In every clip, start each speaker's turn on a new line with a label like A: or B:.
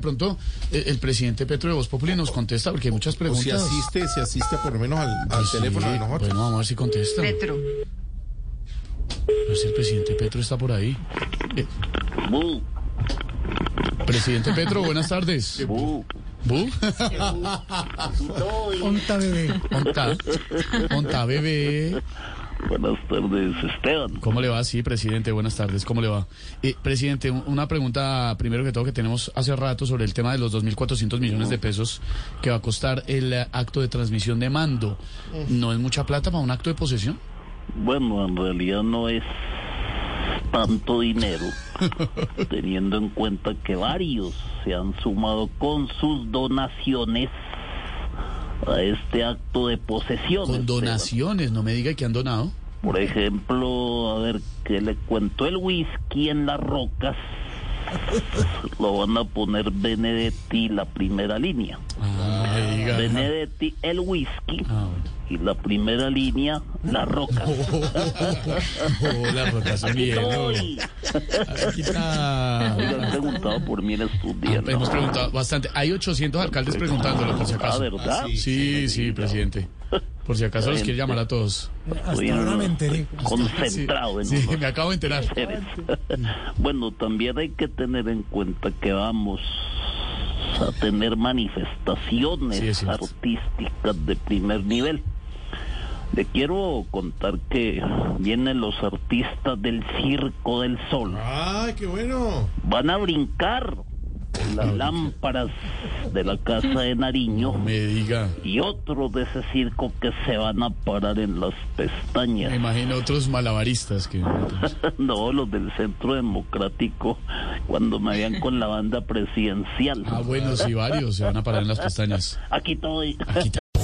A: pronto eh, el presidente Petro de Voz Populi nos contesta porque hay muchas
B: O si
A: preguntas. Ah,
B: asiste, si asiste por lo menos al, al
A: Sí,
B: teléfono de nosotros.
A: Bueno, vamos a ver si contesta.
C: Petro.
A: A ver si el presidente Petro está por ahí. Eh,
D: Bu,
A: presidente Petro, buenas tardes.
D: bu,
A: ¿Bu?
D: Estoy.
E: Onta bebé.
A: Onta. Onta, bebé.
D: Buenas tardes, Esteban.
A: ¿Cómo le va? Sí, presidente, buenas tardes. ¿Cómo le va? Eh, presidente, un- una pregunta primero que todo que tenemos hace rato sobre el tema de los 2.400 millones de pesos que va a costar el eh, acto de transmisión de mando. ¿No es mucha plata para un acto de posesión?
D: Bueno, en realidad no es tanto dinero, teniendo en cuenta que varios se han sumado con sus donaciones a este acto de posesión.
A: Con
D: Esteban.
A: donaciones, no me diga que han donado.
D: Por ejemplo, a ver, que le cuento el whisky en las rocas. Lo van a poner Benedetti la primera línea.
A: Ah, no me diga.
D: Benedetti el whisky.
A: Ah, bueno.
D: Y la primera línea, la roca.
A: Hola, Roca, son
D: Aquí
A: Oh, bien, ¿no?
D: estoy.
A: Aquí está.
D: Oigan, han preguntado por mí en estos
A: Ah,
D: días.
A: hemos
D: ¿no?
A: preguntado bastante. Hay 800 alcaldes preguntándolo, por si
D: Ah,
A: acaso.
D: ¿verdad?
A: Sí, sí, presidente. Por si acaso los quiere llamar a todos.
D: Estoy
E: Hasta ahora me enteré.
D: Concentrado en
A: Sí,
D: unos
A: me acabo de enterar.
D: seres. Bueno, también hay que tener en cuenta que vamos a tener manifestaciones
A: Sí, es cierto.
D: artísticas de primer nivel. Le quiero contar que vienen los artistas del Circo del Sol.
B: ¡Ay, qué bueno!
D: Van a brincar por las lámparas de la Casa de Nariño.
A: No me diga.
D: y otros de ese circo que se van a parar en las
A: Me
D: pestañas.
A: imagino otros malabaristas que.
D: No, los del Centro Democrático, cuando me vean con la banda presidencial.
A: Ah, bueno, sí, varios se van a parar en las pestañas.
D: Aquí estoy.
A: Aquí está.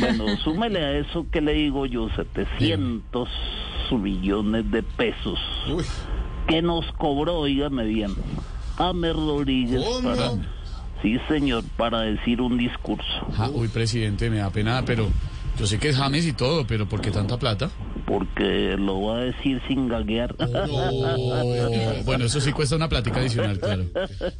D: Bueno, súmele a eso que le digo yo, 700 billones de pesos
B: Uy,
D: que nos cobró, oígame bien, Amer Rodríguez para...
B: ¿cómo?
D: Sí, señor, para decir un discurso.
A: Ja- Ah, uy, presidente, me da pena, pero. Yo sé que es James y todo, pero ¿por qué tanta plata?
D: Porque lo va a decir sin gaguear.
A: Oh, bueno, eso sí cuesta una plática adicional, claro.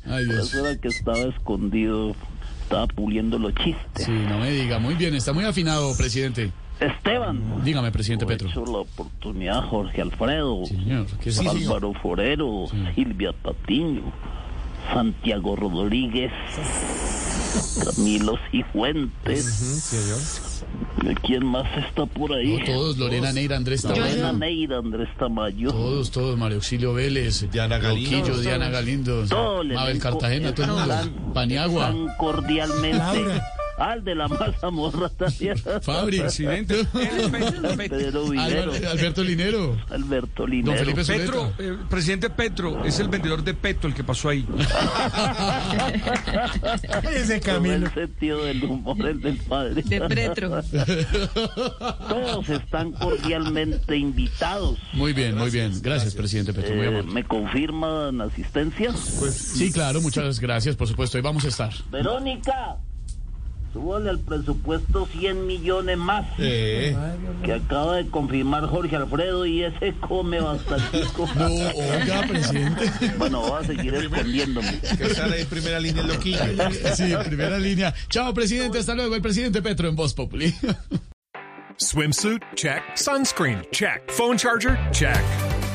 A: Ay, Dios.
D: Eso era que estaba escondido, estaba puliendo los chistes.
A: Sí, no me diga. Muy bien, está muy afinado, presidente.
D: Esteban.
A: Dígame, presidente Petro.
D: Aprovecho la oportunidad, Jorge Alfredo,
A: Señor, ¿qué es eso?
D: Álvaro Forero, Silvia Patiño, Santiago Rodríguez, Camilo Cifuentes. ¿Quién más está por ahí?
A: No, todos, Lorena Neira, Andrés
D: Lorena
A: Tamayo.
D: Neira, Andrés Tamayo.
A: Todos, todos, Mario Auxilio Vélez,
B: Diana Galindo.
A: Loquillo, Diana Galindo,
D: Todo el
A: Mabel
D: elenco
A: Cartagena, todo el mundo,
D: están-
A: Paniagua,
D: Tan cordialmente.
E: Laura.
D: Al de la masa morra también.
A: Fabri,
F: Presidente.
D: Pedro Vinero,
A: Álvaro- Alberto Linero,
D: Alberto
A: Don
D: Linero.
A: Felipe
F: Petro,
A: Zuleta.
F: eh, presidente Petro, es el vendedor de Peto el que pasó ahí.
E: Ese
D: Todo
E: Camilo.
D: el sentido del humor el del padre.
C: De Petro.
D: Todos están cordialmente invitados.
A: Muy bien, muy bien. Gracias, presidente Petro. Muy
D: Eh,
A: amable.
D: ¿Me confirman asistencia?
A: Sí, claro, muchas gracias, por supuesto. Ahí vamos a estar.
D: Verónica, súbale al presupuesto 100 millones más
B: Eh,
D: que acaba de confirmar Jorge Alfredo y ese come bastante.
A: No, Oh, oiga, presidente.
D: Bueno, voy a seguir escondiéndome.
B: que sale en primera línea el loquillo.
A: Sí, primera línea. Chao, presidente. Hasta luego. El presidente Petro en Voz Populi.
G: Swimsuit? Check. Sunscreen? Check. Phone charger? Check.